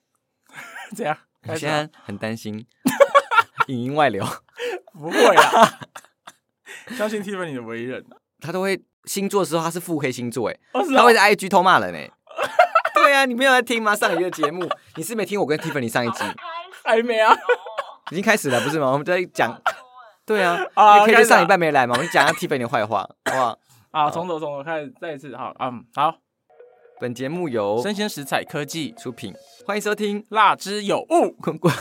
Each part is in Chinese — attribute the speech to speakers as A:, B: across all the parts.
A: 这样？
B: 我
A: 开始
B: 现
A: 啊
B: 在很担心 影音外流，
A: 不会 啊，相信 Tiffany 的为人啊。
B: 他都会星座的时候他是腹黑星座，哎，
A: 哦，是
B: 他
A: 啊
B: 会，在 IG 偷骂人哎。 对啊，你没有在听吗？上一个节目你是没听我跟 Tiffany 上一集
A: 还没 啊。
B: 已经开始了，不是吗？我们在讲，对啊，
A: 啊
B: 你可以
A: 开
B: 就
A: 始啊
B: 上一半没来嘛，我们讲一下 Tiffany 的坏话，好不好？
A: 啊，从头从头开始，再一次好，嗯，好，
B: 本节目由
A: 生鲜食材科技
B: 出品，欢迎收听。
A: 辣之有 物，
B: 滚滚，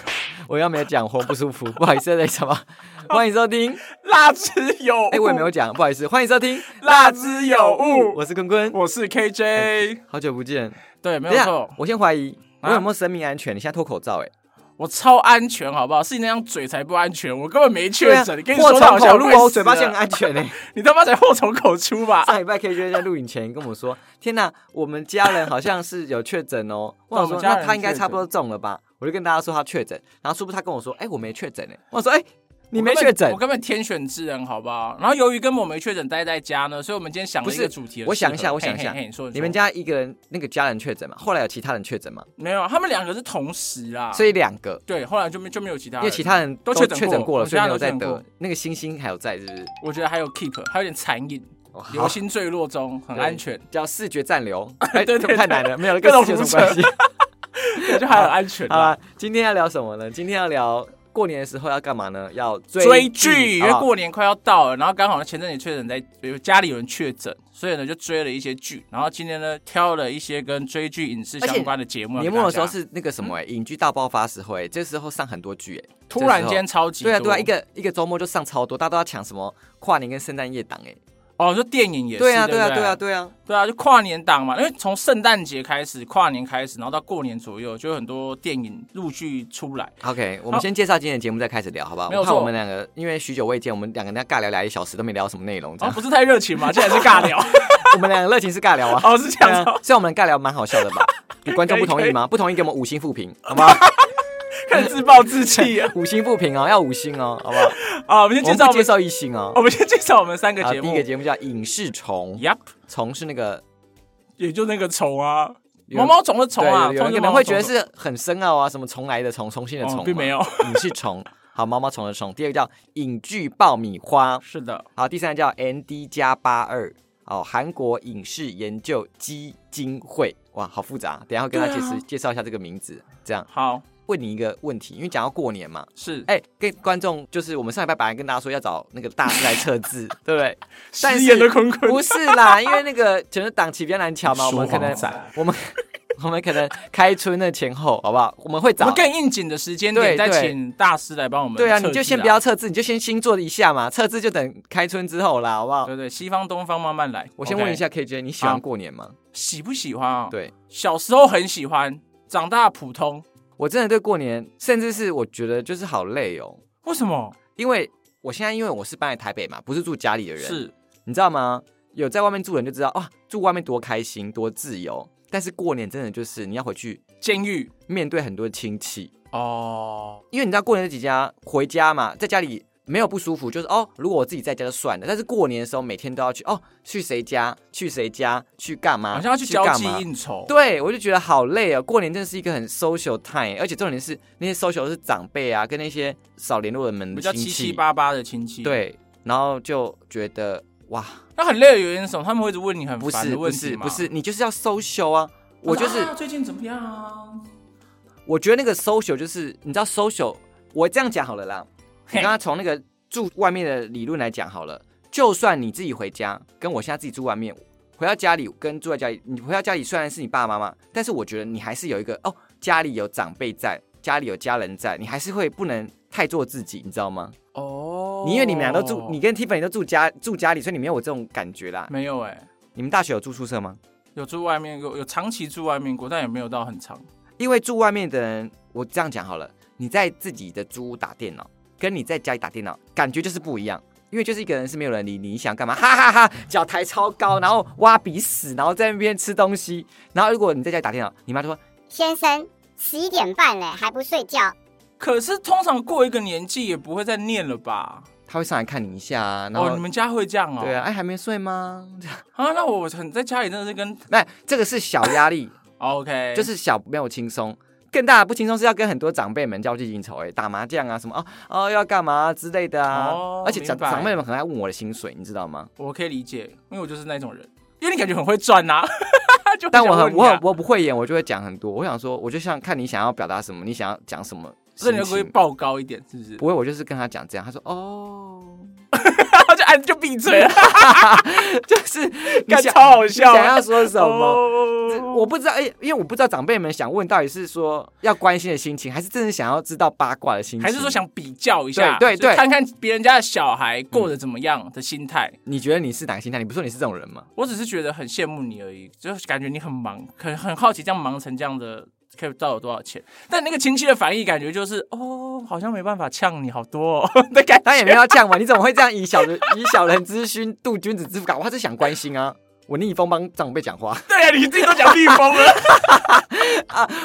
B: 我要没有讲红不舒服，不好意思，在什么？ 欢迎收听，
A: 辣之有物，
B: 哎、我 也没有讲，不好意思，欢迎收听，
A: 辣之有物，
B: 我是坤坤，
A: 我是 KJ，
B: 好久不见。
A: 对，没
B: 哎等一
A: 有
B: 下
A: 错，，
B: 我先怀疑
A: 啊
B: 我有没有生命安全？你现在脱口罩、哎，
A: 我超安全，好不好？是你那张嘴才不安全，我根本没确诊，你跟你
B: 啊祸
A: 说到
B: 从口
A: 小
B: 入
A: 路，
B: 哦，我嘴巴现在很安 全哎、
A: 你他妈才祸从口出吧？
B: 上礼拜 K J 在录影前跟我说，天哪，我们家人好像是有确诊哦。我想
A: 对我们
B: 说，
A: 家人
B: 那他应该差不多中了吧？我就跟大家说他确诊，然后殊不知他跟我说，哎、我没确诊哎。我说，哎、你没
A: 我根本
B: 确诊
A: 我？根本天选之人，好不好？然后由于根本我没确诊，待在家呢，所以我们今天想了一
B: 不
A: 个
B: 是
A: 主题。
B: 我想一下
A: 适合
B: 我想一下
A: 嘿嘿嘿你说说
B: 你们家一个人那个家人确诊嘛？后来有其他人确诊嘛？
A: 没有？他们两个是同时啦，
B: 所
A: 以
B: 以两个。
A: 对，后来就没就没有其他人，
B: 因为其他人
A: 啊都
B: 都
A: 确
B: 确
A: 诊过
B: 诊过
A: 我
B: 了，
A: 们
B: 所以
A: 家
B: 没
A: 都
B: 有再
A: 确诊过
B: 得。那个星星还有在，是不是？
A: 我觉得还有 keep，还有点残影，
B: 哦好
A: 流星坠落中，很
B: 对
A: 安全，
B: 叫视觉 暂留，哎，
A: 对对
B: 这不太难了，没有
A: 各
B: 跟
A: 种
B: 视觉有什么关系？
A: 我觉得还很安全
B: 好
A: 啊。
B: 了，今天要聊什么呢？今天要聊过年的时候要干嘛呢？要
A: 追
B: 追
A: 剧，因
B: 好
A: 为
B: 不好
A: 过年快要到了，然后刚好前阵子确诊在，有家里有人确诊，所以呢就追了一些剧，然后今天呢挑了一些跟追剧影视相关的节目要给
B: 年
A: 大家。
B: 末的时候是那个什
A: 嗯
B: 么哎，影剧大爆发时候哎，这时候上很多剧哎，
A: 突然间超级
B: 对啊
A: 多
B: 对啊，一个一个周末就上超多，大家都要抢什么跨年跟圣诞夜档哎，
A: 哦，就电影也是
B: 对啊
A: 对
B: 对啊
A: 不
B: 对啊对啊，
A: 对啊，就跨年档嘛，因为从圣诞节开始，跨年开始，然后到过年左右，就有很多电影陆续出来。
B: OK，我们先介绍今天的节目，再开始聊，好不好？
A: 没有
B: 我看我
A: 错
B: 们两个因为许久未见，我们两个人家尬聊俩一小时都没聊什么内容，这
A: 哦，
B: 样。
A: 不是太热情 嘛，竟然是尬聊。
B: 我们两个热情是尬聊 啊。
A: 哦，是这
B: 对
A: 样
B: 啊
A: 子哦，，
B: 虽然我们尬聊蛮好笑的 吧？你观众不同意吗？不同意给我们五星负评，好吗？
A: 开始自暴自弃啊。
B: 五星负评哦，要五星哦，好不好？
A: 啊，我 们先介
B: 我们
A: 绍
B: 不
A: 我
B: 接
A: 们，
B: 受一星哦。
A: 我们先介绍我们三个
B: 啊，
A: 节
B: 第
A: 目。
B: 一个节目叫《影视虫》，
A: Yup，
B: 虫是那个
A: 也就那个虫啊，
B: 有
A: 毛毛虫的虫
B: 对
A: 啊，
B: 有有
A: 虫
B: 人
A: 就
B: 可
A: 毛毛
B: 能会
A: 虫
B: 觉得
A: 虫
B: 是很深奥啊，什么虫来的虫，重新的
A: 哦
B: 虫，啊
A: 并没。有。
B: 影视虫，好，毛毛虫的虫。第二个叫《影剧爆米花》，
A: 是的，
B: 好，第三个叫 N D 加八二，哦，韩国影视研究基金会，哇，好复杂，等一下会跟他
A: 对
B: 解
A: 啊
B: 释、介绍一下这个名字。这样
A: 好
B: 问你一个问题，因为讲到过年嘛，
A: 是
B: 哎、跟观众就是我们上礼拜本来跟大家说要找那个大师来测字， 对不对？但
A: 失
B: 是
A: 言的坤坤，
B: 不是啦，因为那个整个档期比较难瞧嘛，我们可能
A: 说谎
B: 我们 我们可能开春的前后，好不好？我们会
A: 我
B: 找
A: 们。更应景的时间点
B: 对
A: 再
B: 对
A: 请大师来帮我们测试。
B: 对啊，你就先不要测字，你就先星座一下嘛，测字就等开春之后啦，好不好？
A: 对对，西方东方慢慢来。
B: 我先问
A: OK
B: 一下 KJ，你喜
A: 好
B: 欢过年吗？
A: 喜不喜欢啊？，
B: 对
A: 小时候很喜欢，长大普通。
B: 我真的对过年，甚至是我觉得就是好累哦，
A: 为什么？
B: 因为我现在因为我是搬来台北嘛，不是住家里的人，
A: 是
B: 你知道吗？有在外面住的人就知道哇，住外面多开心多自由，但是过年真的就是你要回去
A: 监狱
B: 面对很多亲戚，
A: 哦，
B: 因为你知道过年这几家回家嘛，在家里。没有不舒服，就是哦，如果我自己在家就算了，但是过年的时候每天都要去哦，去谁家，去谁家，去干嘛？
A: 好像要去交
B: 啊干
A: 际
B: 嘛
A: 应酬。
B: 对，我就觉得好累哦。过年真的是一个很 social time，而且重点是那些 social 是长辈啊，跟那些少联络的们
A: 比
B: 的
A: 较
B: 亲
A: 七
B: 戚，
A: 七八八的亲戚。，
B: 对，然后就觉得哇，
A: 那很累的原因是什么？他们会一直问你很
B: 不
A: 烦
B: 是
A: 的
B: 不
A: 问题
B: 是
A: 吗
B: 不是，，你就是要 social 啊。我就是，
A: 啊最近怎么样啊？
B: 我觉得那个 social 就是，你知道 social，我这样讲好了啦。你
A: 嘿
B: 刚刚从那个住外面的理论来讲好了，就算你自己回家，跟我现在自己住外面，回到家里跟住在家里，你回到家里虽然是你爸爸妈妈，但是我觉得你还是有一个哦，家里有长辈在，家里有家人在，你还是会不能太做自己，你知道吗？
A: 哦
B: 你因为你们俩都住，你跟 Tiffany 都住家住家里，所以你没有我这种感觉啦。
A: 没有哎、
B: 你们大学有住宿舍吗？
A: 有住外面过，有长期住外面过，但也没有到很长。
B: 因为住外面的人，我这样讲好了，你在自己的租屋打电脑，跟你在家里打电脑感觉就是不一样。因为就是一个人是没有人理你，你想干嘛，哈哈哈脚抬超高，然后挖鼻屎，然后在那边吃东西。然后如果你在家里打电脑，你妈就说
C: 先生，十一点半嘞还不睡觉，
A: 可是通常过一个年纪也不会再念了吧？
B: 她会上来看你一下啊，然后、
A: 哦，你们家会这样哦？
B: 对啊，哎还没睡吗？
A: 啊，那我很在家里真的是跟
B: 那这个是小压力，
A: OK，
B: 就是小没有轻松。更大的不轻松是要跟很多长辈们交际应酬、哎，打麻将啊什么哦哦要干嘛、之类的啊。
A: 哦
B: 而且长
A: 明白
B: 长辈们很爱问我的薪水，你知道吗？
A: 我可以理解，因为我就是那种人，因为你感觉很会赚呐、 就
B: 但我
A: 想
B: 很
A: 问你
B: 我
A: 啊
B: 很我不会演，我就会讲很多。我想说，我就想看你想要表达什么，你想要讲什么
A: 所以
B: 心
A: 你会不会
B: 情。
A: 报高一点？是不是？
B: 不会，我就是跟他讲这样，他说 哦，
A: 然 后就按就闭嘴了，啊
B: 就是你
A: 干
B: 想
A: 超好
B: 你
A: 笑。哦
B: 想要说什么。
A: 么
B: 我不知道，哎、因为我不知道长辈们想问到底是说要关心的心情，还是真的想要知道八卦的心情，
A: 还是说想比较一下，
B: 对对嗯
A: 就是
B: 对
A: 看看别人家的小孩过得怎么样的心态。
B: 你觉得你是哪个心态？你不是说你是这种人 吗？
A: 我只是觉得很羡慕你而已，就是感觉你很忙，很很好奇这样忙成这样的。可以到有多少钱？但那个亲戚的反应感觉就是，哦，好像没办法呛你好多、哦、 的感觉。
B: 他也没有要这样嘛，你怎么会这样以小人以小人之心度君子之腹？我他是想关心啊。我逆风帮长辈讲 话，
A: 对啊，你自己都讲逆风了。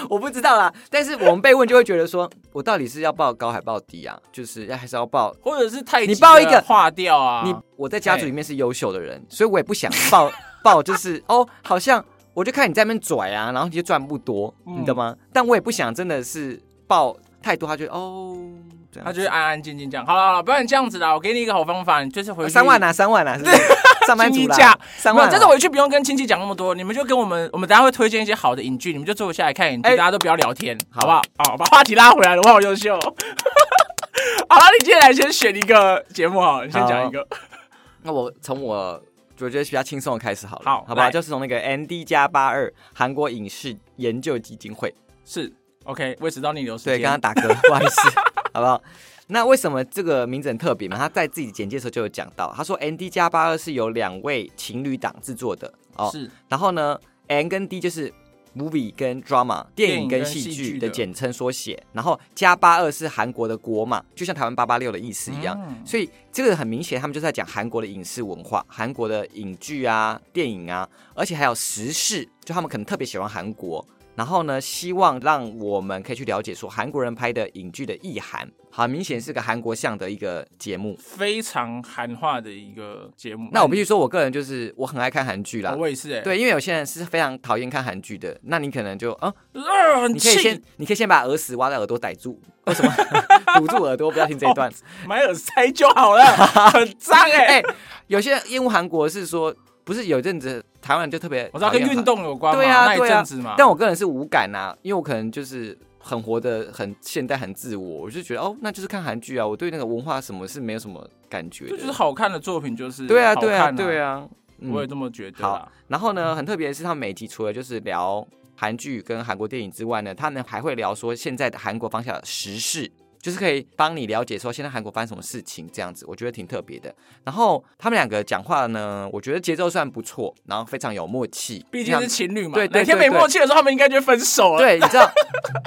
B: 我不知道啦。但是我们被问就会觉得说，我到底是要报高还报低啊？就是要还是要报？
A: 或者是太极
B: 你报一个
A: 的化掉啊，
B: 你我在家族里面是优秀的人，所以我也不想 报报，就是哦，好像我就看你在那边拽啊，然后你就赚不多，
A: 嗯
B: 你懂吗？但我也不想真的是报太多，他觉得哦，这样
A: 他就是安安静静这样。好了好了，不然这样子啦，我给你一个好方法，你就是回去、
B: 三万啊，三万啊，是不是 上班族
A: 亲戚价
B: 啦，三
A: 没有
B: 万啊，
A: 这次回去不用跟亲戚讲那么多，你们就跟我们，我们等一下会推荐一些好的影剧，你们就坐下来看影剧，
B: 哎
A: 大家都不要聊天，
B: 好
A: 好不好？好，把话题拉回来了，我好优秀。 好了，你接下来先选一个节目好了，你先讲一个。
B: 那我从我我觉得比较轻松的开始好了，
A: 好
B: 好不好？
A: 来
B: 就是从那个 ND 加八二韩国影视研究基金会，
A: 是 OK，维持到逆流时
B: 对，
A: 间。
B: 刚刚打嗝，不好意思，好不好？那为什么这个名字很特别嘛？他在自己简介的时候就有讲到，他说 ND 加八二是由两位情侣档制作的哦，
A: 是
B: 然后呢，N 跟 D 就是 movie 跟 drama 电影跟戏
A: 电影跟戏剧
B: 剧
A: 的
B: 的简称缩写，然后加八二是韩国的国嘛，就像台湾八八六的意思一样，
A: 嗯
B: 所以这个很明显，他们就是在讲韩国的影视文化、韩国的影剧啊、电影啊，而且还有时事，就他们可能特别喜欢韩国。然后呢，希望让我们可以去了解说韩国人拍的影剧的意涵，很明显是个韩国向的一个节目。
A: 非常韩化的一个节目。
B: 那我必须说，我个人就是我很爱看韩剧啦，
A: 我也是哎、欸，
B: 对，因为有些人是非常讨厌看韩剧的，那你可能就啊，
A: 就是，啊，很
B: 你可以先
A: 气，，
B: 你可以先把耳屎挖在耳朵逮住，为什么堵住耳朵？不要听这一
A: 哦
B: 段。
A: 买耳塞就好 了，很脏哎、
B: 哎、有些人厌恶韩国是说，不是有阵子台湾人就特别
A: 我知道跟
B: 讨厌
A: 运动有关嘛，
B: 对啊
A: 那一
B: 对
A: 阵
B: 啊
A: 子嘛。
B: 韩，但我个人是无感啊，因为我可能就是很活得很现代、很自我，我就觉得哦，那就是看韩剧啊，我对那个文化什么是没有什么感觉
A: 就
B: 的。
A: 就是好看的作品就是
B: 对啊，
A: 好看
B: 对啊，对
A: 啊，
B: 啊，嗯
A: 我也这么觉得啦
B: 好。，然后呢，很特别的是，他们每集除了就是聊韩剧跟韩国电影之外呢，他们还会聊说现在的韩国方向的时事，就是可以帮你了解说现在韩国发生什么事情这样子，我觉得挺特别的。然后他们两个讲话呢，我觉得节奏算不错，然后非常有默契，
A: 毕竟是啊情侣嘛，
B: 对对
A: 哪天没
B: 对对
A: 默契的时候，他们应该就会分手了。，
B: 对，你知道，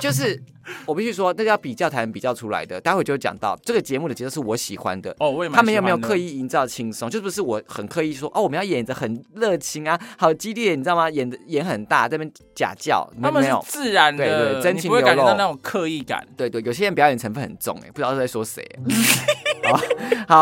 B: 就是我必须说，那个要比较才能比较出来的。待会就讲到这个节目的节奏是我喜欢的，
A: 哦，我也蛮
B: 他们有没有
A: 喜欢的
B: 刻？意营造轻松？就不是我很刻意说哦，我们要演的很热情啊，好激烈，你知道吗？演的演很大，在那边假叫，
A: 他们
B: 没
A: 是
B: 有。
A: 自然的，
B: 对对真
A: 你
B: 情
A: 不会
B: 流
A: 感觉到
B: 露
A: 那种刻意感。
B: 对对，有些人表演成分很重哎、不知道在说谁、 好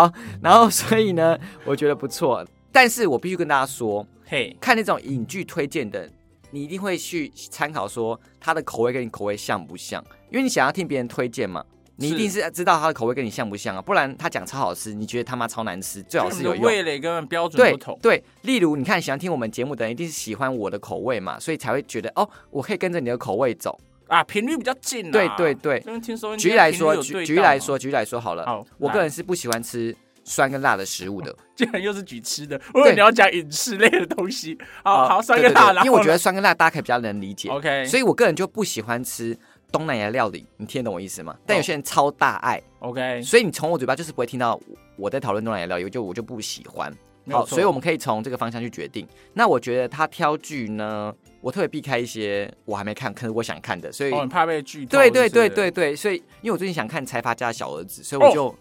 B: 好，然后所以呢，我觉得不错，但是我必须跟大家说，
A: 嘿，
B: 看那种影剧推荐的，你一定会去参考说他的口味跟你口味像不像，因为你想要听别人推荐嘛，你一定是知道他的口味跟你像不像啊，不然他讲超好吃，你觉得他妈超难吃，最好
A: 就是
B: 是
A: 你
B: 有
A: 的
B: 用。
A: 味蕾跟标准
B: 对
A: 不同，
B: 对，例如你看喜欢听我们节目的人，一定是喜欢我的口味嘛，所以才会觉得哦，我可以跟着你的口味走。
A: 啊，频率比较近啊。
B: 对对对
A: 因为听说
B: 举例来说，举举例来，说，举例来说好了，
A: 好
B: 我
A: 来
B: 个人是不喜欢吃酸跟辣的食物的。
A: 竟然又是举吃的，我以为你要讲饮食类的东西。 好
B: 呃
A: 好，三
B: 对
A: 个
B: 对
A: 大，
B: 对
A: 然后
B: 因为我觉得
A: 呢
B: 酸跟辣大家可以比较能理解。
A: OK，
B: 所以我个人就不喜欢吃东南亚料理，你听得懂我意思吗？但有些人超大爱，
A: OK，
B: 所以你从我嘴巴就是不会听到我在讨论东南亚料理，我就我就不喜欢。
A: 没有
B: 好，
A: 错
B: 所以我们可以从这个方向去决定。那我觉得他挑剧呢，我特别避开一些我还没看，可是我想看的，所以、
A: 哦，很怕被剧透。
B: 对对
A: 是不
B: 对
A: 是
B: 对，对，所以因为我最近想看财阀家的小儿子，所以我
A: 哦
B: 就、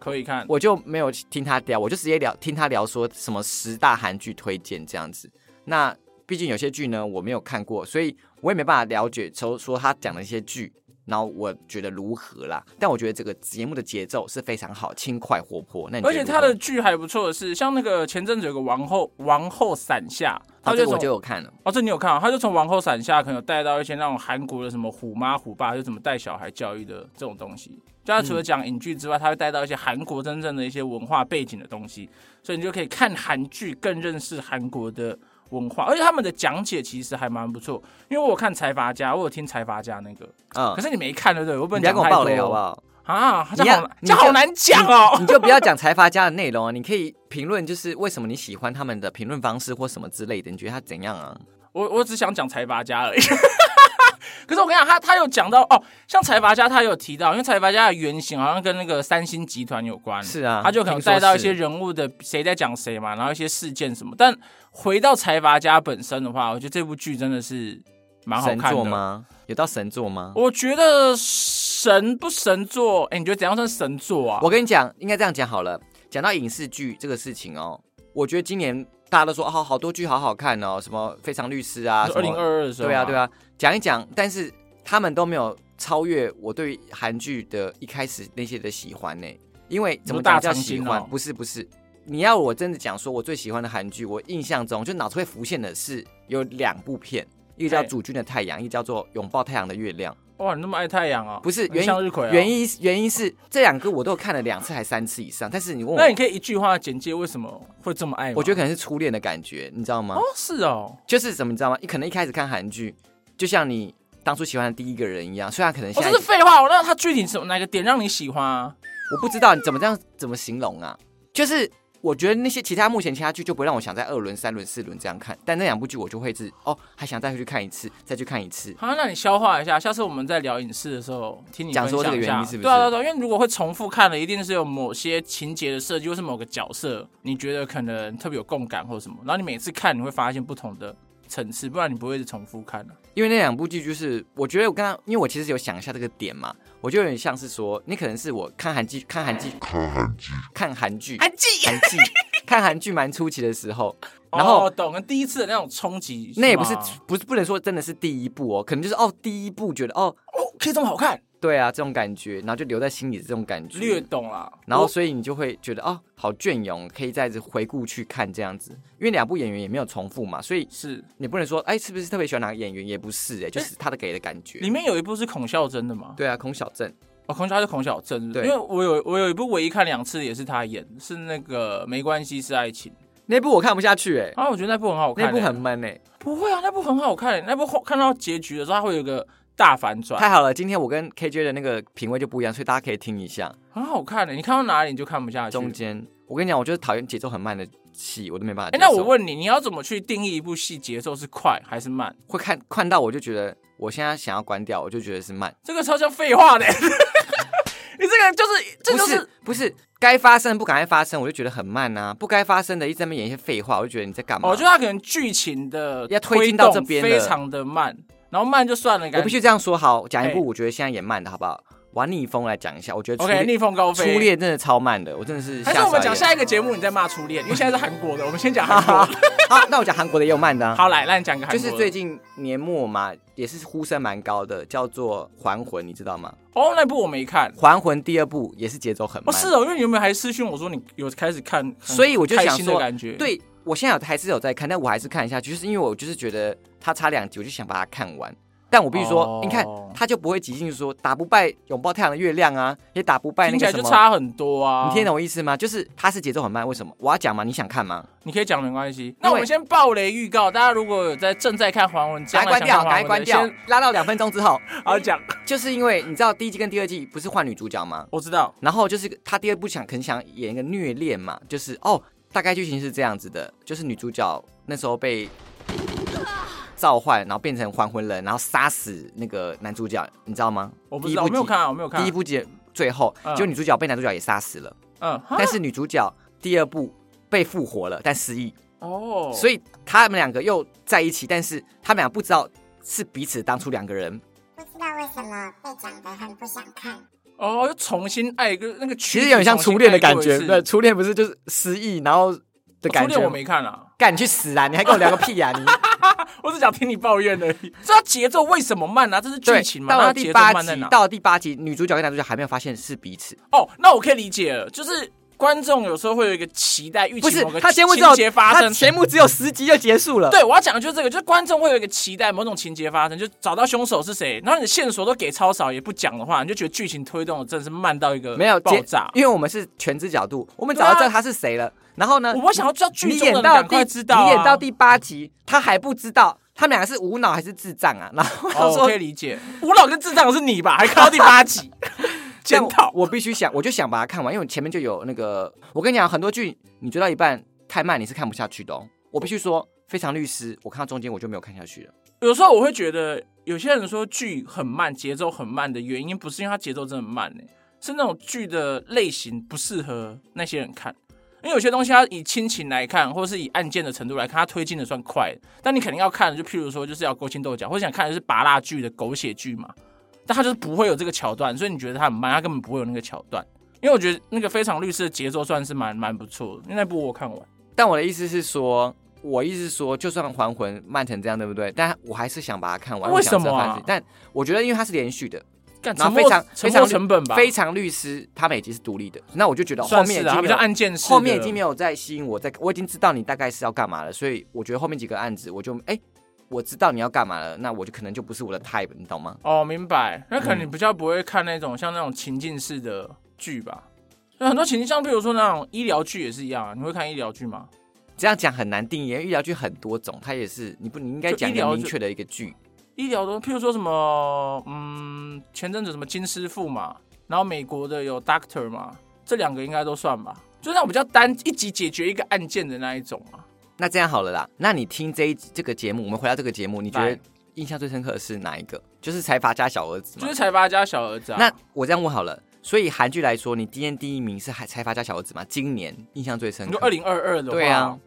A: 可以看。
B: 我就没有听他聊，我就直接聊听他聊说什么十大韩剧推荐这样子。那毕竟有些剧呢我没有看过，所以我也没办法了解，说说他讲的一些剧然后我觉得如何啦？但我觉得这个节目的节奏是非常好，轻快活泼。那你
A: 而
B: 觉
A: 且
B: 得
A: 他
B: 如何
A: 的剧还不错的是，像那个前阵子有个王后王后伞下，他
B: 哦
A: 就
B: 这个我
A: 从
B: 就有看了，
A: 哦，这你有看啊？他就从王后伞下可能有带到一些那种韩国的什么虎妈虎爸，就怎么带小孩教育的这种东西。就他除了讲影剧之外，他会带到一些韩国真正的一些文化背景的东西，所以你就可以看韩剧，更认识韩国的文化。而且他们的讲解其实还蛮不错，因为我有看财阀家，我有听财阀家那个，
B: 嗯
A: 可，是你没看对不对？我不
B: 你
A: 能
B: 不
A: 讲
B: 要跟我
A: 太
B: 爆
A: 多
B: 雷好不好？
A: 啊，这
B: 你
A: 样
B: 要
A: 好难，
B: 你
A: 这样好
B: 就
A: 难讲哦。
B: 你就不要讲财阀家的内容啊，你可以评论就是为什么你喜欢他们的评论方式或什么之类的，你觉得他怎样啊？
A: 我我只想讲财阀家而已。 可是我跟你讲，他他有讲到哦，像财阀家，他有提到，因为财阀家的原型好像跟那个三星集团有关，
B: 是啊
A: 他就可能
B: 听说
A: 带到一些
B: 是
A: 人物的谁在讲谁嘛，然后一些事件什么。但回到财阀家本身的话，我觉得这部剧真的是蛮好
B: 神
A: 看
B: 作
A: 的。
B: 吗？有到神作吗？
A: 我觉得神不神作？哎、你觉得怎样算神作啊？
B: 我跟你讲，应该这样讲好了。讲到影视剧这个事情哦，我觉得今年大家都说哦，好多剧好好看哦，什么《非常律师》啊，什
A: 二
B: 么
A: 零二二的时候，
B: 对啊，对，啊，讲一讲，但是他们都没有超越我对于韩剧的一开始那些的喜欢呢、因为怎么
A: 大
B: 讲叫
A: 长
B: 喜
A: 今
B: 欢？
A: 哦
B: 不是不是，你要我真的讲说我最喜欢的韩剧，我印象中就脑子会浮现的是有两部片，一个叫
A: 哎
B: 《主君的太阳》，一个叫做《拥抱太阳的月亮》。
A: 哇，你那么爱太阳啊？
B: 不是
A: 你
B: 原因
A: 向日葵、啊，
B: 原因原因是这两个我都看了两次还三次以上，但是你问
A: 那你
B: 我，
A: 可以一句话简介为什么会这么爱吗？
B: 哦我觉得可能是初恋的感觉，你知道吗？
A: 哦，是哦，
B: 就是怎么你知道吗？你可能一开始看韩剧，就像你当初喜欢的第一个人一样，虽然可能
A: 我、
B: 现
A: 哦、
B: 在
A: 这是废话，我让他具体什么哪个点让你喜欢啊？
B: 我不知道你怎么这样怎么形容啊？就是我觉得那些其他目前其他剧就不会让我想在二轮、三轮、四轮这样看，但那两部剧我就会是哦，还想再回去看一次，再去看一次。
A: 好，那你消化一下，下次我们在聊影视的时候听你
B: 讲说
A: 分享
B: 这个
A: 一下
B: 原因是不是
A: 对啊，对啊对啊，因为如果会重复看的，一定是有某些情节的设计，或是某个角色，你觉得可能特别有共感或什么，然后你每次看你会发现不同的层次，不然你不会一直重复看的、啊
B: 因为那两部剧就是，我觉得我刚刚，因为我其实有想一下这个点嘛，我就有点像是说，你可能是我看韩剧、看韩剧、
D: 看韩剧，
B: 看韩剧、
A: 韩剧，
B: 韩 剧、看韩剧蛮出奇的时候，然后
A: 哦、懂了第一次的那种冲击，
B: 那也不是
A: 吗
B: 不是不能说真的是第一部哦，可能就是哦第一部觉得哦
A: 哦，可以这么好看，
B: 对啊这种感觉，然后就留在心里这种感觉，
A: 略懂啦。哦
B: 然后
A: 我
B: 所以你就会觉得哦，好隽永，可以再次回顾去看这样子，因为两部演员也没有重复嘛，所以
A: 是
B: 你不能说哎，是不是特别喜欢哪个演员？也不是哎、就是他的给的感觉。
A: 里面有一部是孔孝真的吗？
B: 对啊，孔小镇
A: 哦，孔小他是孔小镇，
B: 对
A: 因为我有我有一部唯一看两次的也是他演，是那个没关系是爱情，
B: 那部我看不下去哎、
A: 啊，我觉得那部很好看、
B: 那部
A: 欸
B: 很闷哎、
A: 不会啊，那部很好看、欸，那部后看到结局的时候，它会有一个大反转，
B: 太好了，今天我跟 KJ 的那个品味就不一样，所以大家可以听一下。
A: 很好看欸的、你看到哪里你就看不下去。
B: 中间我跟你讲，我就是讨厌节奏很慢的戏，我都没办法
A: 哎、
B: 接受。
A: 那我问你，你要怎么去定义一部戏节奏是快还是慢？
B: 会看看到我就觉得我现在想要关掉，我就觉得是慢。
A: 这个超像废话的、欸 你这个就是，这就
B: 不
A: 是
B: 是不是该发生不赶快发生，我就觉得很慢啊；不该发生的一直在那边演一些废话，我就觉得你在干嘛？
A: 哦，就它可能剧情的
B: 要
A: 推
B: 推进到
A: 动
B: 这边了
A: 非常的慢，然后慢就算了，感
B: 我
A: 觉
B: 必须这样说好，讲一
A: 哎
B: 部我觉得现在也慢的好不好？玩逆风来讲一下，我觉得初
A: OK
B: 恋
A: 逆风高飞
B: 初恋真的超慢的，我真的是吓
A: 还是
B: 傻眼。
A: 我们 讲下一个节目，你再骂初恋，因为现在是韩国的，我们先讲韩国的。
B: 好，那我讲韩国的也有慢的、啊，
A: 好，来，那你讲个韩
B: 就
A: 国的。
B: 是最近年末嘛，也是呼声蛮高的，叫做《还魂》，你知道吗？
A: 哦，那部我没看。
B: 《还魂》第二部也是节奏很
A: 哦，
B: 慢，
A: 是哦，因为你有没有还私讯我说你有开始看，很
B: 所以我就
A: 开
B: 想
A: 心的
B: 说
A: 感觉。，
B: 对我现在有还是有在看，但我还是看一下去，就是因为我就是觉得它差两集，我就想把它看完。但我必须说，
A: 哦
B: 你看它就不会急进说打不败拥抱太阳的月亮啊，也打不败那
A: 听起来
B: 个什
A: 就
B: 么。
A: 差很多啊。
B: 你听得懂我意思吗？就是它是节奏很慢，为什么？我要讲吗？你想看吗？
A: 你可以讲没关系。那我们先爆雷预告，大家如果有在正在看黄文，
B: 赶
A: 将
B: 快
A: 来想
B: 关掉，
A: 看
B: 赶快
A: 黄文
B: 关
A: 的，
B: 掉
A: 先，
B: 拉到两分钟之后，
A: 好讲。
B: 就是因为你知道第一季跟第二季不是换女主角吗？
A: 我知道，
B: 然后就是他第二部想可能想演一个虐恋嘛，就是哦，大概剧情是这样子的，就是女主角那时候被召唤，然后变成还魂人，然后杀死那个男主角，你知道吗？
A: 我不知道，我
B: 第一部集
A: 没有看啊，我没有看。
B: 第一，部集最后，
A: 嗯
B: 就女主角被男主角也杀死了，
A: 嗯，
B: 但是女主角第二部被复活了，但失忆，
A: 哦，
B: 所
A: 以
B: 以他们两个又在一起，但是他们俩不知道是彼此当初两个人。
C: 不知道为什么被讲得很不想看，
A: 哦，又重新爱一个那个，
B: 其实有点像初恋的感觉，对，
A: 对，
B: 初恋不是就是失忆，然后的
A: 哦初
B: 感觉
A: 恋我
B: 吗。
A: 没看啊，
B: 干你去死啊！你还跟我聊个屁啊！你
A: 我只想听你抱怨而已。 这节奏为什么慢啊？这是剧
B: 对
A: 情，嘛？
B: 到
A: 那
B: 了
A: 节
B: 第
A: 奏
B: 八
A: 慢在
B: 集
A: 哪，？
B: 到了第八集，女主角跟男主角还没有发现是彼此，
A: 哦，那我可以理解了，就是观众有时候会有一个期待，预
B: 不
A: 期
B: 是
A: 某个
B: 他节目只
A: 情
B: 有
A: 节发
B: 他
A: 生。
B: 节目只有十集就结束了。
A: 对，我要讲的就是这个，就是观众会有一个期待，某种情节发生，就找到凶手是谁，然后你的线索都给超少，也不讲的话，你就觉得剧情推动的真的是慢到一个
B: 没有
A: 爆
B: 结
A: 炸。啊
B: 因为我们是全知角度，我们早就知道他是谁了。然后呢，
A: 我想要知道剧
B: 你
A: 中
B: 演
A: 的人
B: 到
A: 赶
B: 第
A: 快知道啊、
B: 你演到第八集，他还不知道他们两个是无脑还是智障啊？然后我想
A: 哦，我
B: 说，
A: 可以理解。吴老跟智障的是你吧？还看到第八 集，检
B: 但
A: 讨。
B: 我必须想，我就想把它看完，因为前面就有那个，我跟你讲，很多剧你追到一半太慢，你是看不下去的、哦。我必须说，《非常律师》，我看到中间我就没有看下去了。
A: 有时候我会觉得，有些人说剧很慢，节奏很慢的原因，不是因为它节奏真的慢呢、是那种剧的类型不适合那些人看。因为有些东西，它以亲情来看，或者是以案件的程度来看，它推进的算快的。但你肯定要看，就譬如说，就是要勾心斗角，或者想看的是拔蜡剧的狗血剧嘛。但它就是不会有这个桥段，所以你觉得它很慢，它根本不会有那个桥段。因为我觉得那个《非常律师》的节奏算是蛮蛮不错的，因为那部我看完。
B: 但我的意思是说，我意思是说，就算《还魂》慢成这样，对不对？但我还是想把它看完。
A: 为什么啊
B: 我想知道它是但我觉得，因为它是连续的，
A: 干
B: 然
A: 沉
B: 后
A: 默
B: 非常
A: 沉
B: 非
A: 默
B: 常
A: 成本吧，
B: 非常律师》它每集是独立的，那我就觉得后
A: 算
B: 面
A: 是啊，
B: 已经
A: 它
B: 没
A: 比
B: 有
A: 较案件式的。
B: 后面已经没有再吸引我再，我已经知道你大概是要干嘛了，所以我觉得后面几个案子我就哎、我知道你要干嘛了，那我就可能就不是我的 type，你懂吗？
A: 哦，明白。那可
B: 嗯
A: 能你比较不会看那种像那种情境式的剧吧？那很多情境，像比如说那种医疗剧也是一样、啊，你会看医疗剧吗？
B: 这样讲很难定义，因为医疗剧很多种，它也是你不你应该
A: 就
B: 讲一
A: 医
B: 个
A: 疗
B: 明
A: 剧
B: 确的一个剧。
A: 医疗的，譬如说什么，嗯，前阵子什么金师傅嘛，然后美国的有 Doctor 嘛，这两个应该都算吧，就那种比较单一集解决一个案件的那一种啊。
B: 那这样好了啦，那你听这一集这个节目，我们回到这个节目，你觉
A: 来
B: 得印象最深刻的是哪一个？就是财阀家小儿子嘛。
A: 就是财阀家小儿子啊，
B: 那我这样问好了，所以韩剧来说，你今天第一名是财财阀家小儿子嘛？今年印象最深
A: 你说
B: 刻。
A: 二零二二的话，
B: 对啊，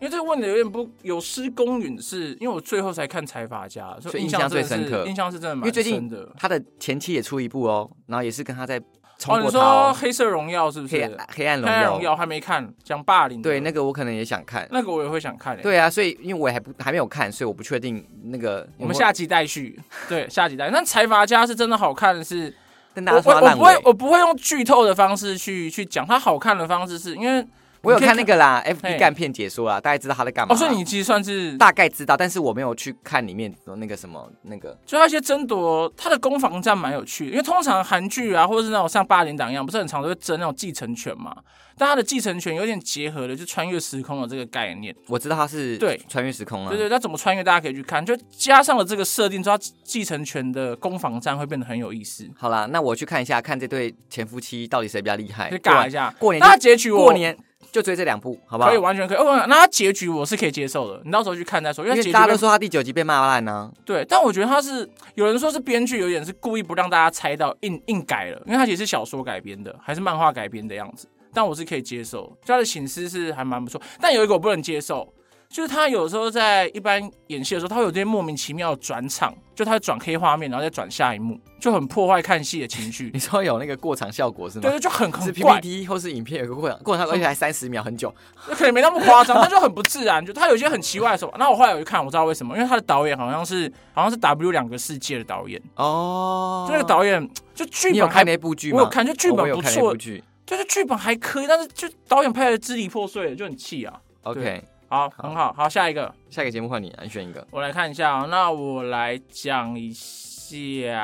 A: 因为这个问的有点不有失公允是，因为我最后才看财阀家，所
B: 所
A: 以
B: 以
A: 印
B: 印象
A: 真的
B: 最深
A: 是
B: 刻
A: 印象是真的
B: 因
A: 蛮
B: 为最
A: 深
B: 近
A: 的。
B: 他的前妻也出一部哦，然后也是跟他在
A: 哦，
B: 冲
A: 你
B: 过他、
A: 说《
B: 哦
A: 黑色荣耀》是不是？
B: 黑暗黑暗
A: 黑暗
B: 荣
A: 荣耀》还没看，讲霸凌的。
B: 对那个我可能也想看。
A: 那个我也会想看、欸。，
B: 对啊，所以因为我还不还没有看，所以我不确定那个
A: 我们下集待 续。对，下集待续。但财阀家是真的好看的是，
B: 跟
A: 我
B: 大家
A: 我
B: 说
A: 我
B: 烂
A: 不会
B: 尾。
A: 我不会用剧透的方式去去讲它好看的方式是，因为
B: 我有
A: 你可以
B: 看那个啦
A: 嘿
B: ，FB 干片解说啦，大概知道他在干嘛
A: 哦，
B: 啦。
A: 所以你其实算是
B: 大概知道，但是我没有去看里面的那个什么那个。
A: 就那些争夺，它的攻防战蛮有趣的，因为通常韩剧啊，或者是那种像八点档一样，不是很常都会争那种继承权嘛。但它的继承权有点结合了就穿越时空的这个概念，
B: 我知道他是
A: 对
B: 穿越时空啊，
A: 对对，那怎么穿越大家可以去看，就加上了这个设定之后，它继承权的攻防战会变得很有意思。
B: 好啦，那我去看一下，看这对前夫妻到底谁比较厉害。
A: 就尬一下，
B: 哎过年
A: 那它结局我
B: 过年就追这两部，好不好？
A: 可以完全可以，哦，那它结局我是可以接受的，你到时候去看再说，因
B: 因
A: 为它
B: 为
A: 结局
B: 大家
A: 会
B: 都说他第九集被骂烂啊呢、
A: 对，但我觉得他是有人说是编剧有点是故意不让大家猜到，硬硬改了，因为他其实是小说改编的，还是漫画改编的样子，但我是可以接受，就他的形式是还蛮不错，但有一个我不能接受。就是他有时候在一般演戏的时候，他会有这些莫名其妙的转场，就他会转黑画面，然后再转下一幕，就很破坏看戏的情 绪
B: 你。说有那个过场效果是吗？
A: 对对，就很
B: 是
A: 很怪，
B: PPT 或是影片有个过场过场效果，而且还三十秒，很久。
A: 可能没那么夸张，但就很不自然。就他有一些很奇怪的手法。那我后来有去看，我知道为什么，因为他的导演好像是好像是 W 两个世界的导演，
B: 哦
A: 就，那个导演就剧
B: 你有
A: 本还
B: 看那部剧吗？
A: 我有看，就剧
B: 哦我
A: 本
B: 有
A: 不
B: 看那
A: 错，
B: 部剧。
A: 就是剧本还可以，但是就导演拍的支离破碎，就很气啊。
B: OK，
A: 好，很好，好，下一个
B: 下一个节目换你，你选一个。
A: 我来看一下、啊，那我来讲一下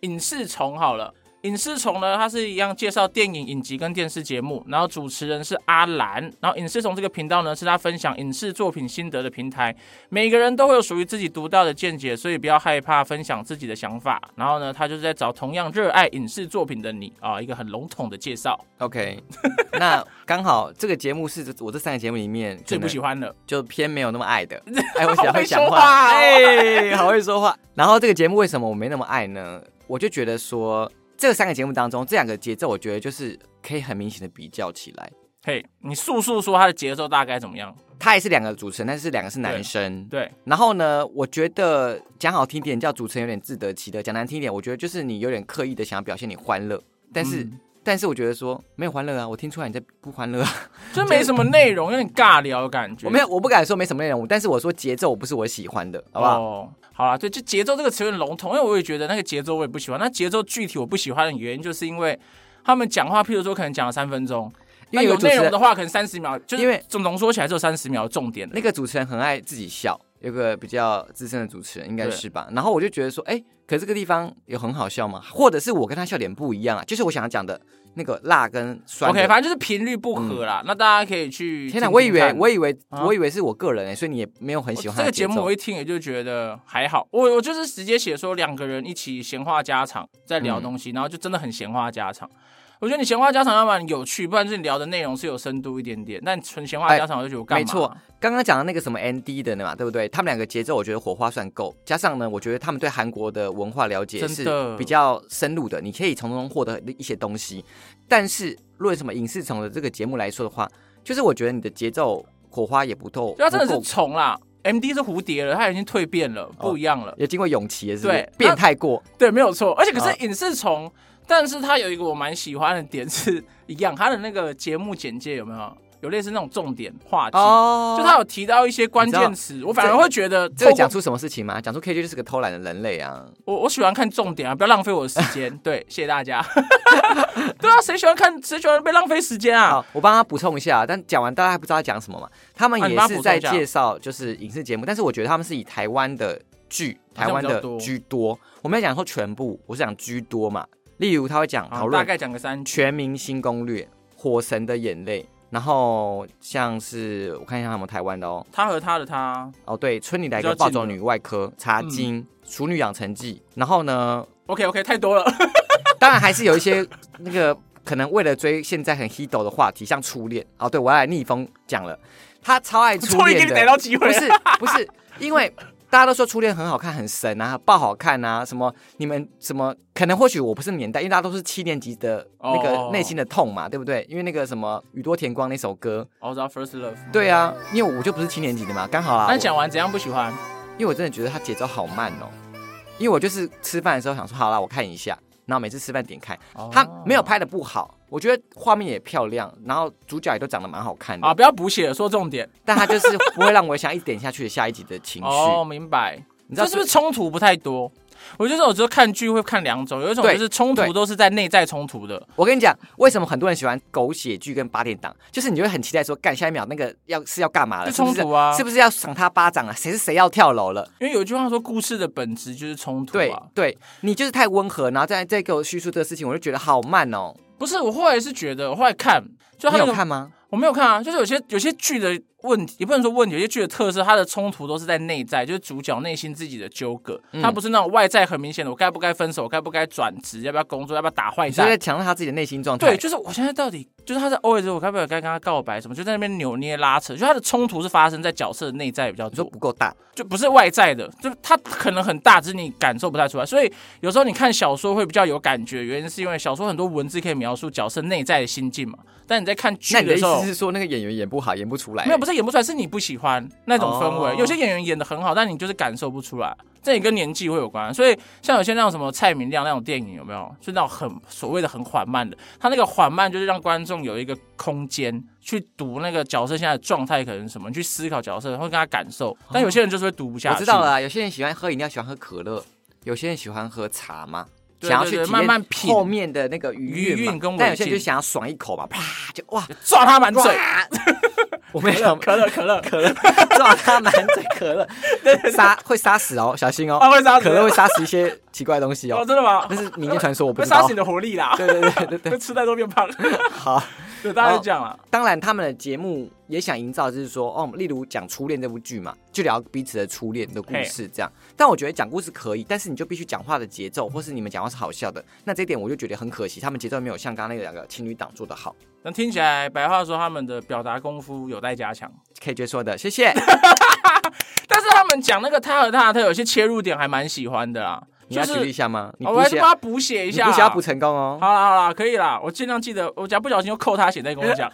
A: 影视虫好了。影视虫呢，它是一样介绍电影、影集跟电视节目，然后主持人是阿兰，然后影视虫这个频道呢，是他分享影视作品心得的平台。每个人都会有属于自己独到的见解，所以不要害怕分享自己的想法。然后呢，他就是在找同样热爱影视作品的你啊、一个很笼统的介绍，
B: OK，那刚好这个节目是我这三个节目里面
A: 最不
B: 可能
A: 喜欢的。
B: 就偏没有那么爱 的。哎，我想
A: 好会
B: 会讲
A: 说话
B: 话，
A: 哦
B: 哎，好会说话。然后这个节目为什么我没那么爱呢？我就觉得说，这三个节目当中，这两个节奏，我觉得就是可以很明显的比较起来。
A: 嘿、你速速说它的节奏大概怎么样？
B: 他也是两个主持人，但是两个是男生。
A: 对，
B: 然后呢，我觉得讲好听点叫主持人有点自得其乐，讲难听一点，我觉得就是你有点刻意的想要表现你欢乐，但是
A: 嗯
B: 但是我觉得说没有欢乐啊，我听出来你在不欢乐啊。
A: 就没什么内容，有点尬聊的感觉。
B: 我没有，我不敢说没什么内容，但是我说节奏不是我喜欢的，好不好？
A: 哦，好啦，对，就节奏这个词有点笼统，因为我也觉得那个节奏我也不喜欢。那节奏具体我不喜欢的原因，就是因为他们讲话，譬如说可能讲了三分钟，
B: 因
A: 那
B: 为有
A: 有
B: 个主持
A: 内容
B: 人
A: 的，话可能三十秒，就是
B: 因为
A: 总浓缩起来只有三十秒的重点的。
B: 那个主持人很爱自己笑，有个比较资深的主持人应该是吧？然后我就觉得说，哎、可这个地方有很好笑吗？或者是我跟他笑点不一样啊？就是我想要讲的那个辣跟酸的。
A: OK，反正就是频率不合啦。那大家可以去听听
B: 嗯天
A: 看。
B: 哪，我以为我以为、
A: 啊
B: 我以为是我个人哎、所以你也没有很喜欢
A: 这
B: 他
A: 个
B: 的
A: 节
B: 节
A: 目，
B: 奏
A: 我一听也就觉得还好。我我就是直接写说两个人一起闲话家常，在
B: 嗯
A: 聊东西，然后就真的很闲话家常。我觉得你闲话家常，要不然有趣，不然就是你聊的内容是有深度一点点。但纯闲话家常，我就觉得我干嘛？
B: 哎没错，刚刚讲的那个什么 ND 的嘛，对不对？他们两个节奏我觉得火花算够，加上呢，我觉得他们对韩国的文化了解
A: 真
B: 是
A: 的
B: 比较深入的，你可以从中获得一些东西。但是论什么影视从的这个节目来说的话，就是我觉得你的节奏火花也不够，
A: 对啊，真的
B: 不
A: 是
B: 够
A: 虫啦。M D 是蝴蝶了，它已经蜕变了，
B: 哦
A: 不一样了。
B: 也经过永琪了，是不是
A: 对？
B: 变态过，
A: 对，没有错。而且可
B: 啊
A: 是影视虫，但是它有一个我蛮喜欢的点是一样，它的那个节目简介有没有有类似那种重点话题？
B: 哦
A: 就它有提到一些关键词，我反而会觉得
B: 这
A: 透
B: 个
A: 过
B: 讲出什么事情吗？讲出 KJ 就是个偷懒的人类啊！
A: 我我喜欢看重点啊，不要浪费我的时间。对，谢谢大家。 对啊，谁喜欢看？谁喜欢被浪费时间啊？
B: 好，我帮他补充一下，但讲完大家还不知道他讲什么嘛？他们
A: 啊你
B: 也
A: 帮他
B: 是
A: 补充
B: 在
A: 一下
B: 介绍就是影视节目，但是我觉得他们是以台湾的剧、
A: 好
B: 台
A: 像
B: 湾
A: 比较
B: 的
A: 多
B: 居多。我没有讲说全部，我是讲居多嘛。例如他会讲
A: 好
B: 讨
A: 大
B: 论《
A: 概讲个三圈。
B: 全明星攻略》《火神的眼泪》，然后像是我看一下他们台湾的哦，
A: 他和他的他，
B: 哦对，《村里来
A: 比较
B: 个
A: 近嗯
B: 暴走女外科》《茶经》处女养成记》，然后呢，
A: OK OK，太多了。
B: 当然还是有一些那个可能为了追现在很 hit 的话题，像初恋哦，对我要来逆风讲了，他超爱 初
A: 终于给啊
B: 恋
A: 你逮
B: 的，
A: 到机会
B: 不
A: 了。
B: 是不是，因为大家都说初恋很好看，很神啊，爆好看啊，什么你们什么可能或许我不是年代，因为大家都是七年级的那
A: 哦
B: 个内心的痛嘛，对不对？因为那个什么宇多田光那首歌，
A: 哦我知道 First Love。
B: 对啊，因为我就不是七年级的嘛，刚好啦，
A: 嗯那
B: 我
A: 你讲完怎样不喜欢？
B: 因为我真的觉得它节奏好慢哦。因为我就是吃饭的时候想说，好啦，我看一下，然后每次吃饭点开，它
A: 哦
B: 没有拍的不好，我觉得画面也漂亮，然后主角也都长得蛮好看的，
A: 啊，不要补写，说重点。
B: 但它就是不会让我想一点下去的下一集的情绪。
A: 哦，明白。
B: 你知道
A: 这是不是冲突不太多？我觉得我只是看剧会看两种，有一种
B: 对
A: 就是冲突
B: 对
A: 都是在内在冲突的，
B: 我跟你讲，为什么很多人喜欢狗血剧跟八点档，就是你会很期待说，干下一秒那个要是要干嘛了，
A: 就是
B: 不
A: 冲
B: 是
A: 突啊
B: 是不是要赏他巴掌啊？谁是谁要跳楼了？
A: 因为有一句话说故事的本质就是冲突
B: 对
A: 啊。
B: 对，你就是太温和，然后再再给我叙述这个事情，我就觉得好慢哦。
A: 不是，我后来是觉得，我后来看，就
B: 你
A: 他那
B: 有
A: 个
B: 看吗？
A: 我没有看啊，就是有些有些剧的问题，也不能说问题，有些剧的特色，它的冲突都是在内在，就是主角内心自己的纠葛，
B: 嗯
A: 它不是那种外在很明显的，我该不该分手，我该不该转职，要不要工作，要不要打坏
B: 你是不是在
A: 蛋。
B: 强调他自己的内心状态。
A: 对，就是我现在到底就是他在 always 我该不该跟他告白什么，就在那边扭捏拉扯，就他的冲突是发生在角色的内在比较
B: 你说
A: 多，
B: 不够大，
A: 就不是外在的，就他可能很大，只是你感受不太出来。所以有时候你看小说会比较有感觉，原因是因为小说很多文字可以描述角色内在的心境嘛，但你在看剧
B: 那你的
A: 的
B: 意
A: 时候
B: 思。是说那个演员演不好，演不出来？
A: 没有，不是演不出来，是你不喜欢那种氛围。
B: 哦
A: 有些演员演的很好，但你就是感受不出来，这也跟年纪会有关。所以像有些那种什么蔡明亮那种电影，有没有？就那种很所谓的很缓慢的，他那个缓慢就是让观众有一个空间去读那个角色现在的状态可能是什么，你去思考角色，然后跟他感受。但有些人就是会读不下
B: 哦我
A: 去，
B: 知道了啊。有些人喜欢喝饮料，喜欢喝可乐；有些人喜欢喝茶嘛，
A: 对
B: 想要
A: 对
B: 去
A: 对
B: 体
A: 慢
B: 验
A: 慢品
B: 后面的那个余
A: 余
B: 韵
A: 韵
B: 嘛
A: 跟尾
B: 但有些人就
A: 劲
B: 想要爽一口嘛，啪就哇，
A: 抓他满嘴，
B: 哇我没有
A: 可乐可乐可乐，
B: 撞他满嘴 可乐，杀会杀死哦，小心
A: 他
B: 哦，
A: 啊会杀死
B: 可乐会杀死一些奇怪的东 西
A: 哦，
B: 哦。
A: 真的吗
B: 那？是民间传说，我不
A: 会
B: 知
A: 杀
B: 道
A: 死。你的活力啦，
B: 对对对对对，哦
A: 会吃太多变胖。
B: 好。
A: 对，大家就这样啦。
B: 当然，他们的节目也想营造，就是说，哦，例如讲初恋这部剧嘛，就聊彼此的初恋的故事这样。但我觉得讲故事可以，但是你就必须讲话的节奏，或是你们讲话是好笑的。那这一点我就觉得很可惜，他们节奏没有像刚刚那两个情侣档做的好。
A: 那听起来，白话说他们的表达功夫有待加强。
B: KJ 说的，谢 谢。
A: 但是他们讲那个他和他，他有些切入点还蛮喜欢的啦。
B: 你
A: 就
B: 要举例
A: 是
B: 一下吗？你
A: 哦我
B: 不
A: 还是
B: 写，啊
A: 帮他补写一
B: 你
A: 下。啊
B: 不写要补成功哦。
A: 好啦好 啦，可以啦，我尽量记得。我假如不小心又扣他写，再跟我讲。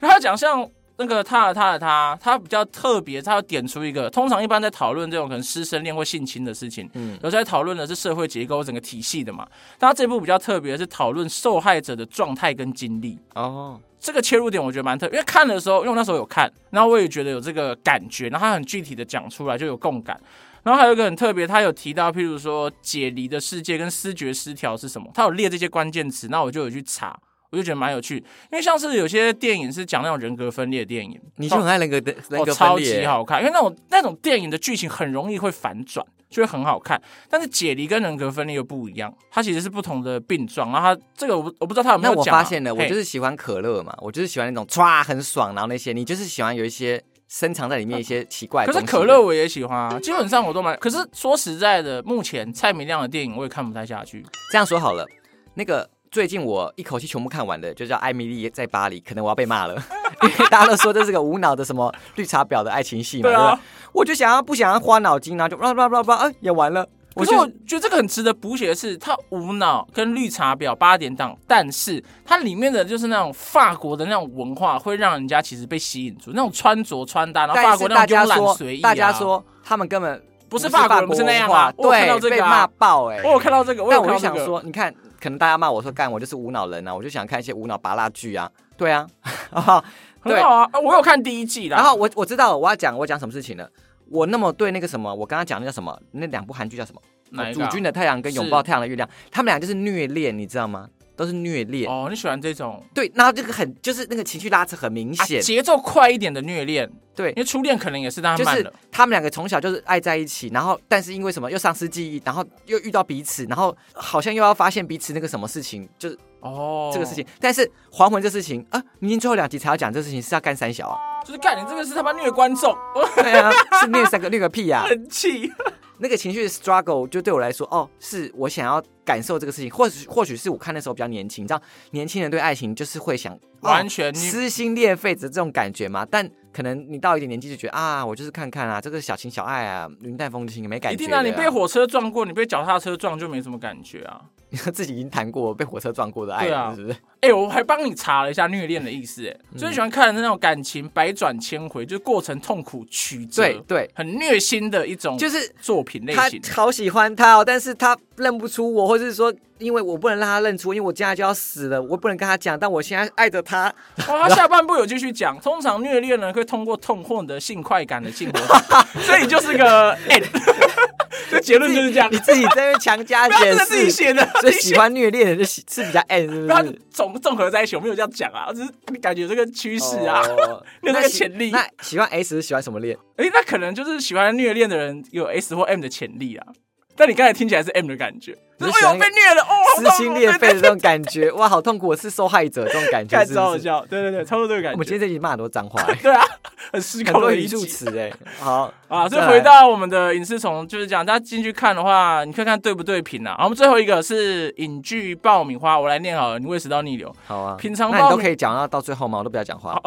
A: 然后讲像那个他了他了他，他比较特别，他要点出一个，通常一般在讨论这种可能师生恋或性侵的事情，
B: 嗯
A: 有时候在讨论的是社会结构整个体系的嘛。但他这部比较特别，是讨论受害者的状态跟经历。
B: 哦，
A: 这个切入点我觉得蛮特别，因为看的时候，因为我那时候有看，然后我也觉得有这个感觉，然后他很具体的讲出来，就有共感。然后还有一个很特别，他有提到，譬如说解离的世界跟视觉失调是什么，他有列这些关键词，那我就有去查，我就觉得蛮有趣，因为像是有些电影是讲那种人格分裂的电影，
B: 你就很爱人格的人
A: 哦，
B: 格
A: 超
B: 分
A: 级
B: 裂，
A: 好看，因为那种那种电影的剧情很容易会反转，就会很好看。但是解离跟人格分裂又不一样，它其实是不同的病状。然后它这个我不我不知道他有没
B: 那
A: 有
B: 我
A: 讲啊、
B: 发现了，我
A: 嘿
B: 就是喜欢可乐嘛，我就是喜欢那种唰很爽，然后那些你就是喜欢有一些深藏在里面一些奇怪的
A: 啊可
B: 东
A: 是
B: 西。
A: 可乐我也喜欢啊，基本上我都蛮。可是说实在的，目前蔡明亮的电影我也看不太下去。
B: 这样说好了，那个最近我一口气全部看完的，就叫《艾米丽在巴黎》，可能我要被骂了，因为大家都说这是个无脑的什么绿茶婊的爱情戏嘛，
A: 对
B: 对
A: 啊
B: 吧？我就想要不想要花脑筋，然后就叭叭叭叭，哎，演完了。
A: 可
B: 我
A: 是
B: 就
A: 我觉得这个很值得补写的是，它无脑跟绿茶婊八点档，但是它里面的就是那种法国的那种文化，会让人家其实被吸引住那种穿着穿搭，然后
B: 但
A: 法
B: 是
A: 国
B: 大
A: 那种
B: 家
A: 慵懒
B: 说
A: 随意、啊，
B: 大家说他们根本
A: 不是
B: 是
A: 法国人
B: 不
A: 不是那样啊我有看到
B: 对，
A: 这个
B: 被
A: 啊
B: 骂爆哎。
A: 我有看到这个，我
B: 但
A: 有
B: 我
A: 看
B: 就
A: 到这
B: 想
A: 个。
B: 说，你看，可能大家骂我说干，我就是无脑人啊，我就想看一些无脑拔蜡剧啊，对啊，
A: 很好啊，啊我有看第一季啦。
B: 然后我我知道了我要讲我讲什么事情了。我那么对那个什么，我刚刚讲那叫什么？那两部韩剧叫什么？
A: 哪一
B: 主
A: 个啊
B: 君的太阳跟
A: 是
B: 拥抱太阳的月亮，他们俩就是虐恋，你知道吗？都是虐恋。
A: 哦，你喜欢这种
B: 对，然后这个很就是那个情绪拉扯很明
A: 啊
B: 显，
A: 节奏快一点的虐恋，
B: 对
A: 因为初恋可能也是，但它
B: 就
A: 慢
B: 是
A: 了。
B: 他们两个从小就是爱在一起，然后但是因为什么又丧失记忆，然后又遇到彼此，然后好像又要发现彼此那个什么事情，就是
A: 哦，
B: 这个事情。但是还魂这事情啊，明天最后两集才要讲这事情是要干三小 啊？
A: 就是干你这个是他妈虐观众，我
B: 对啊，是虐三个 虐个屁啊呀、
A: 很气。
B: 那个情绪的 struggle 就对我来说，哦，是我想要感受这个事情，或许或许是我看那时候比较年轻，你知道年轻人对爱情就是会想、哦
A: 完全
B: 撕心裂肺的这种感觉嘛。但可能你到一点年纪就觉得啊，我就是看看啊，这个小情小爱啊，云淡风轻，没感
A: 一
B: 觉
A: 定
B: 的啊。
A: 啊，你被火车撞过，你被脚踏车撞就没什么感觉啊。
B: 自己已经谈过被火车撞过的爱
A: 对
B: 了，
A: 啊
B: 是不是？
A: 哎、我还帮你查了一下虐恋的意思，哎，最喜欢看的那种感情百转千回，就是过程痛苦曲折，
B: 对对，
A: 很虐心的一种
B: 就是
A: 作品类
B: 他
A: 型。
B: 好喜欢他哦，但是他认不出我，或者是说，因为我不能让他认出，因为我将来就要死了，我不能跟他讲，但我现在爱着他。
A: 哇，他下半部有继续讲，通常虐恋人会通过痛获得性快感的性活动，所以就是个 end，这结论就是这样
B: 你。自己在那边强加
A: 不要
B: 解
A: 真的自己
B: 释，
A: 写的，
B: 所以喜欢虐恋的人就是是比较 N，是
A: 不
B: 不
A: 要
B: 是？
A: 总综合在一起，我没有这样讲啊，我只是感觉这个趋势啊。
B: 哦
A: 有这个
B: 那喜
A: 潜力
B: 那喜欢 S 是喜欢什么恋？
A: 诶，那可能就是喜欢虐恋的人有 S 或 M 的潜力啊。但你刚才听起来是 M 的感觉，就
B: 你
A: 是是哎
B: 喜欢
A: 呦被虐了，哦，好
B: 撕
A: 痛
B: 心裂
A: 对对
B: 肺的 这种感觉，哇，好痛苦！我是受害者，这种感觉
A: 看
B: 是
A: 超
B: 不
A: 好
B: 是？
A: 笑，对对对，差不多这个感
B: 我
A: 觉。
B: 们今天这集骂很多脏话， 欸
A: 对啊，很失
B: 很
A: 控
B: 多
A: 的
B: 语
A: 一
B: 助
A: 集。
B: 词哎。好，
A: 啊，所以
B: 再来
A: 回到我们的影视虫，就是讲大家进去看的话，你看看对不对频啊。然后我们最后一个是影剧爆米花，我来念好了，你胃食道逆流，
B: 好啊。
A: 平常
B: 那你
A: 爆
B: 都
A: 米
B: 可以讲到到最后吗？我都不要讲话。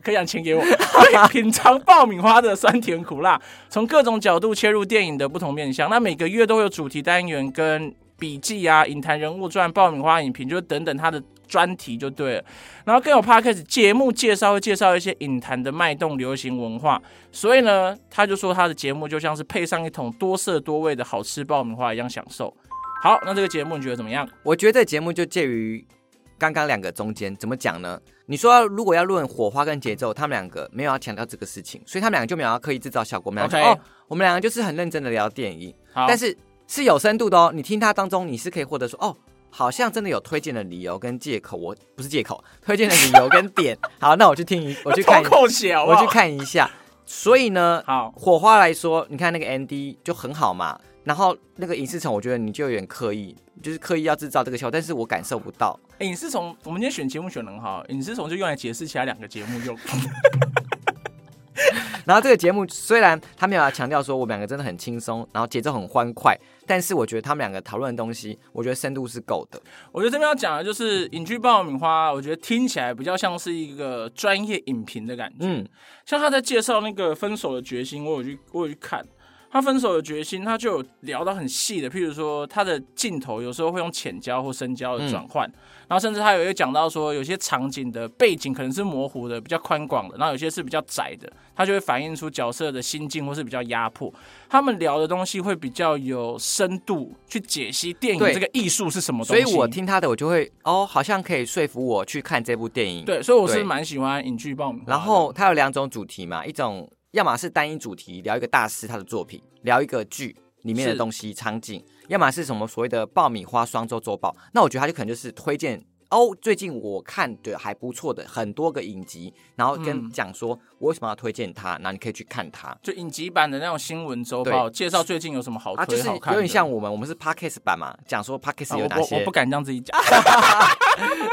A: 可以讲钱给我。 品尝爆米花的酸甜苦辣，从各种角度切入电影的不同面向。那每个月都有主题单元跟笔记啊、影坛人物传、爆米花影评，就等等它的专题就对了。然后更有 podcast 节目介绍，会介绍一些影坛的脉动、流行文化。所以呢，他就说他的节目就像是配上一桶多色多味的好吃爆米花一样享受。好，那这个节目你觉得怎么样？
B: 我觉得这节目就介于刚刚两个中间，怎么讲呢？你说如果要论火花跟节奏，他们两个没有要强调这个事情，所以他们两个就没有要刻意制造效果。我们两个
A: OK
B: 哦，我们两个就是很认真的聊电影，
A: 好，
B: 但是是有深度的哦。你听它当中，你是可以获得说哦。好像真的有推荐的理由跟借口，我不是借口，推荐的理由跟点。好，那我去听一，我去看一
A: 脱，口血好不
B: 我
A: 好
B: 去看一下。所以呢，
A: 好，
B: 火花来说，你看那个 ND 就很好嘛，然后那个影视城，我觉得你就有点刻意，就是刻意要制造这个效果，但是我感受不到。
A: 欸影视从我们今天选节目选的很好，影视从就用来解释其他两个节目用。
B: 然后这个节目虽然他们有要强调说我们两个真的很轻松，然后节奏很欢快，但是我觉得他们两个讨论的东西，我觉得深度是够的。
A: 我觉得这边要讲的就是影剧爆米花，我觉得听起来比较像是一个专业影评的感觉。
B: 嗯，
A: 像他在介绍那个《分手的决心》，我有去我有去看，他分手的决心，他就有聊到很细的，譬如说他的镜头有时候会用浅焦或深焦
B: 嗯
A: 的转换，然后甚至他有一个讲到说，有些场景的背景可能是模糊的，比较宽广的，然后有些是比较窄的，他就会反映出角色的心境或是比较压迫。他们聊的东西会比较有深度，去解析电影
B: 对
A: 这个艺术是什么东
B: 所
A: 西。
B: 以我听他的，我就会哦，好像可以说服我去看这部电影。，
A: 对，所以我是
B: 对
A: 蛮喜欢影剧爆米花的。
B: 然后它有两种主题嘛，一种要么是单一主题，聊一个大师他的作品，聊一个剧里面的
A: 是
B: 东西场景；要么是什么所谓的爆米花双周周报。那我觉得他就可能就是推荐哦，最近我看的还不错的很多个影集，然后跟
A: 嗯
B: 讲说我为什么要推荐它，然后你可以去看它。
A: 就影集版的那种新闻周报，介绍最近有什么好
B: 啊，就
A: 推
B: 是
A: 好
B: 有
A: 看的。
B: 点像我们，我们是 podcast 版嘛，讲说 podcast
A: 啊
B: 有
A: 我
B: 哪
A: 不
B: 些，啊
A: 我不敢这样自己 讲，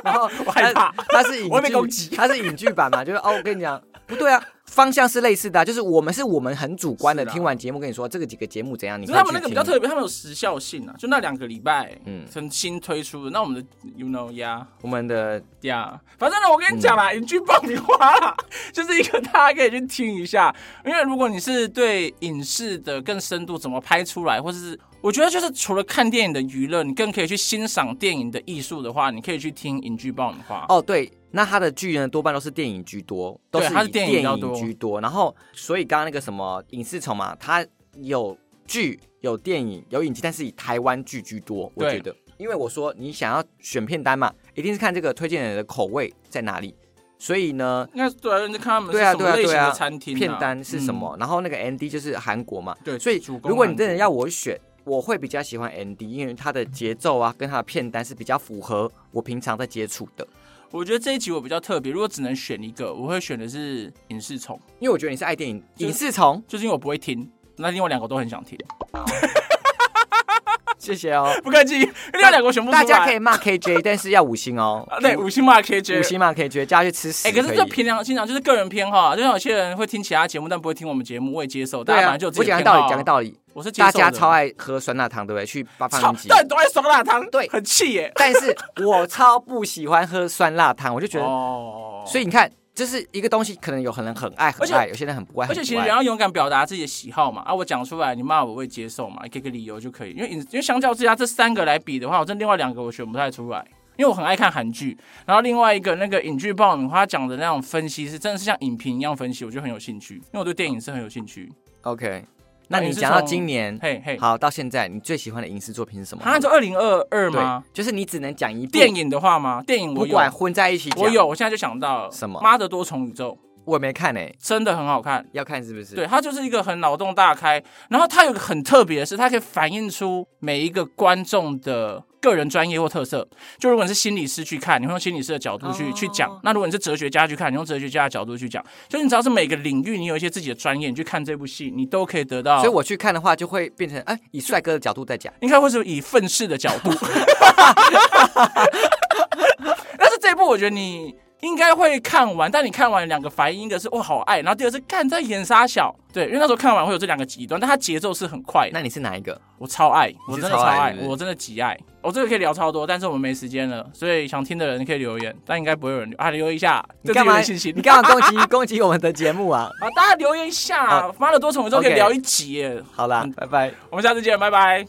B: 然后
A: 我害怕
B: 它，它是影
A: 我会被
B: 剧
A: 攻击
B: 它是影剧版嘛，就是哦，我跟你讲，不对啊，方向是类似的啊、就是我们是我们很主观的，
A: 是啊
B: 听完节目跟你说这个几个节目怎样，你
A: 只是
B: 可以
A: 他们那
B: 去
A: 个比较
B: 听
A: 特别，他们有时效性啊，就那两个礼拜，嗯，
B: 嗯
A: 从新推出的。那我们的，you know yeah
B: 我们的
A: yeah，反正呢，我跟你讲啦，
B: 嗯
A: 影剧爆米花啦，就是一个大家可以去听一下，因为如果你是对影视的更深度怎么拍出来，或是我觉得就是除了看电影的娱乐，你更可以去欣赏电影的艺术的话，你可以去听影剧爆米花。
B: 哦对，那它的剧呢多半都是电影居多，都
A: 啊对它
B: 以
A: 是电
B: 电
A: 影比较多
B: 居多，然后所以刚刚那个什么影视城嘛，它有剧有电影有影集，但是以台湾剧居多，我
A: 对
B: 觉得，因为我说你想要选片单嘛，一定是看这个推荐人的口味在哪里，所以呢。
A: 那对啊，你看他们是
B: 对啊
A: 什
B: 对啊
A: 么类型
B: 对啊
A: 的餐厅啊、
B: 片单是什
A: 嗯
B: 么，然后那个 ND 就是韩国嘛，
A: 对
B: 所以
A: 主攻
B: 如果你真的
A: 韩国
B: 要我选，我会比较喜欢 ND，因为它的节奏啊跟它的片单是比较符合我平常在接触的，
A: 嗯我觉得这一集我比较特别，如果只能选一个，我会选的是影视虫，
B: 因为我觉得你是爱电影
A: 就
B: 影 视虫，
A: 就是因为我不会听。那另外两个我都很想听，
B: 谢谢哦，
A: 不客气。另外两个我选不出
B: 大
A: 来，
B: 家可以骂 KJ，但是要五星哦
A: 啊，，对五星骂 KJ，
B: 五星骂 KJ，叫他去吃屎
A: 哎、
B: 以，
A: 可是这凭良心讲，就是个人偏好啊。就像有些人会听其他节目，但不会听我们节目，我也接受。
B: 对
A: 大家
B: 啊
A: 反正就有，自
B: 我
A: 己的
B: 讲个
A: 偏好、
B: 道理，讲个道理，
A: 理，我是接受
B: 大
A: 的
B: 家超爱喝酸辣汤，对不对？去八
A: 超
B: 方云 集。
A: 对，都爱爽辣汤，
B: 对
A: 很气耶。
B: 但是我超不喜欢喝酸辣汤，我就觉得
A: 哦
B: 所以你看，就是一个东西，可能有可能很爱很
A: 而
B: 爱，有些人很不爱。
A: 而且
B: 很
A: 其
B: 不
A: 实
B: 爱
A: 人要勇敢表达自己的喜好嘛，啊，我讲出来，你骂我我也接受嘛，给个理由就可以。因为因为相较之下，这三个来比的话，我这另外两个我选不太出来，因为我很爱看韩剧，然后另外一个那个影剧爆米花讲的那种分析是真的是像影评一样分析，我就很有兴趣，因为我对电影是很有兴趣。
B: OK，那
A: 你
B: 你
A: 是
B: 讲到
A: 从
B: 今年
A: 嘿嘿，
B: 好到现在，你最喜欢的影视作品是什么？
A: 好像就二零二二
B: 对
A: 吗？，
B: 就是你只能讲一部
A: 电，影的话吗？电影
B: 不
A: 我有，
B: 管混在一起讲。
A: 我有，，我现在就想到了
B: 什么
A: 妈的多重宇宙》，
B: 我没看诶，
A: 真的很好看。
B: 要看是不是？
A: 对，，它就是一个很脑洞大开，然后它有个很特别的是，它可以反映出每一个观众的个人专业或特色。就如果你是心理师去看，你会用心理师的角度去、去讲
B: 哦；
A: 那如果你是哲学家去看，你用哲学家的角度去讲。就是你只要是每个领域你有一些自己的专业，你去看这部戏，你都可以得到。
B: 所以我去看的话，就会变成哎，以帅哥的角度在讲。
A: 应该会是以愤世的角度。 但是这一部我觉得你应该会看完，但你看完两个反应，一个是哇好爱，然后第二个是干在演杀小，对，因为那时候看完会有这两个极端，但它节奏是很快的，
B: 那你是哪一个？
A: 我超爱，
B: 你
A: 我
B: 是
A: 真的
B: 超
A: 超
B: 爱
A: 爱
B: 是不，是
A: 我真的极爱，我、这个可以聊超多，但是我们没时间了，所以想听的人可以留言，但应该不会有人留啊，留一下，
B: 你
A: 对自
B: 干
A: 己有
B: 嘛？
A: 点信心？
B: 你干嘛攻击攻击我们的节目啊？
A: 啊，大家留言一下
B: 好，
A: 妈的多重宇宙可以
B: OK
A: 聊一集耶，
B: 好啦
A: 嗯，
B: 拜拜。
A: 我们下次见，拜拜。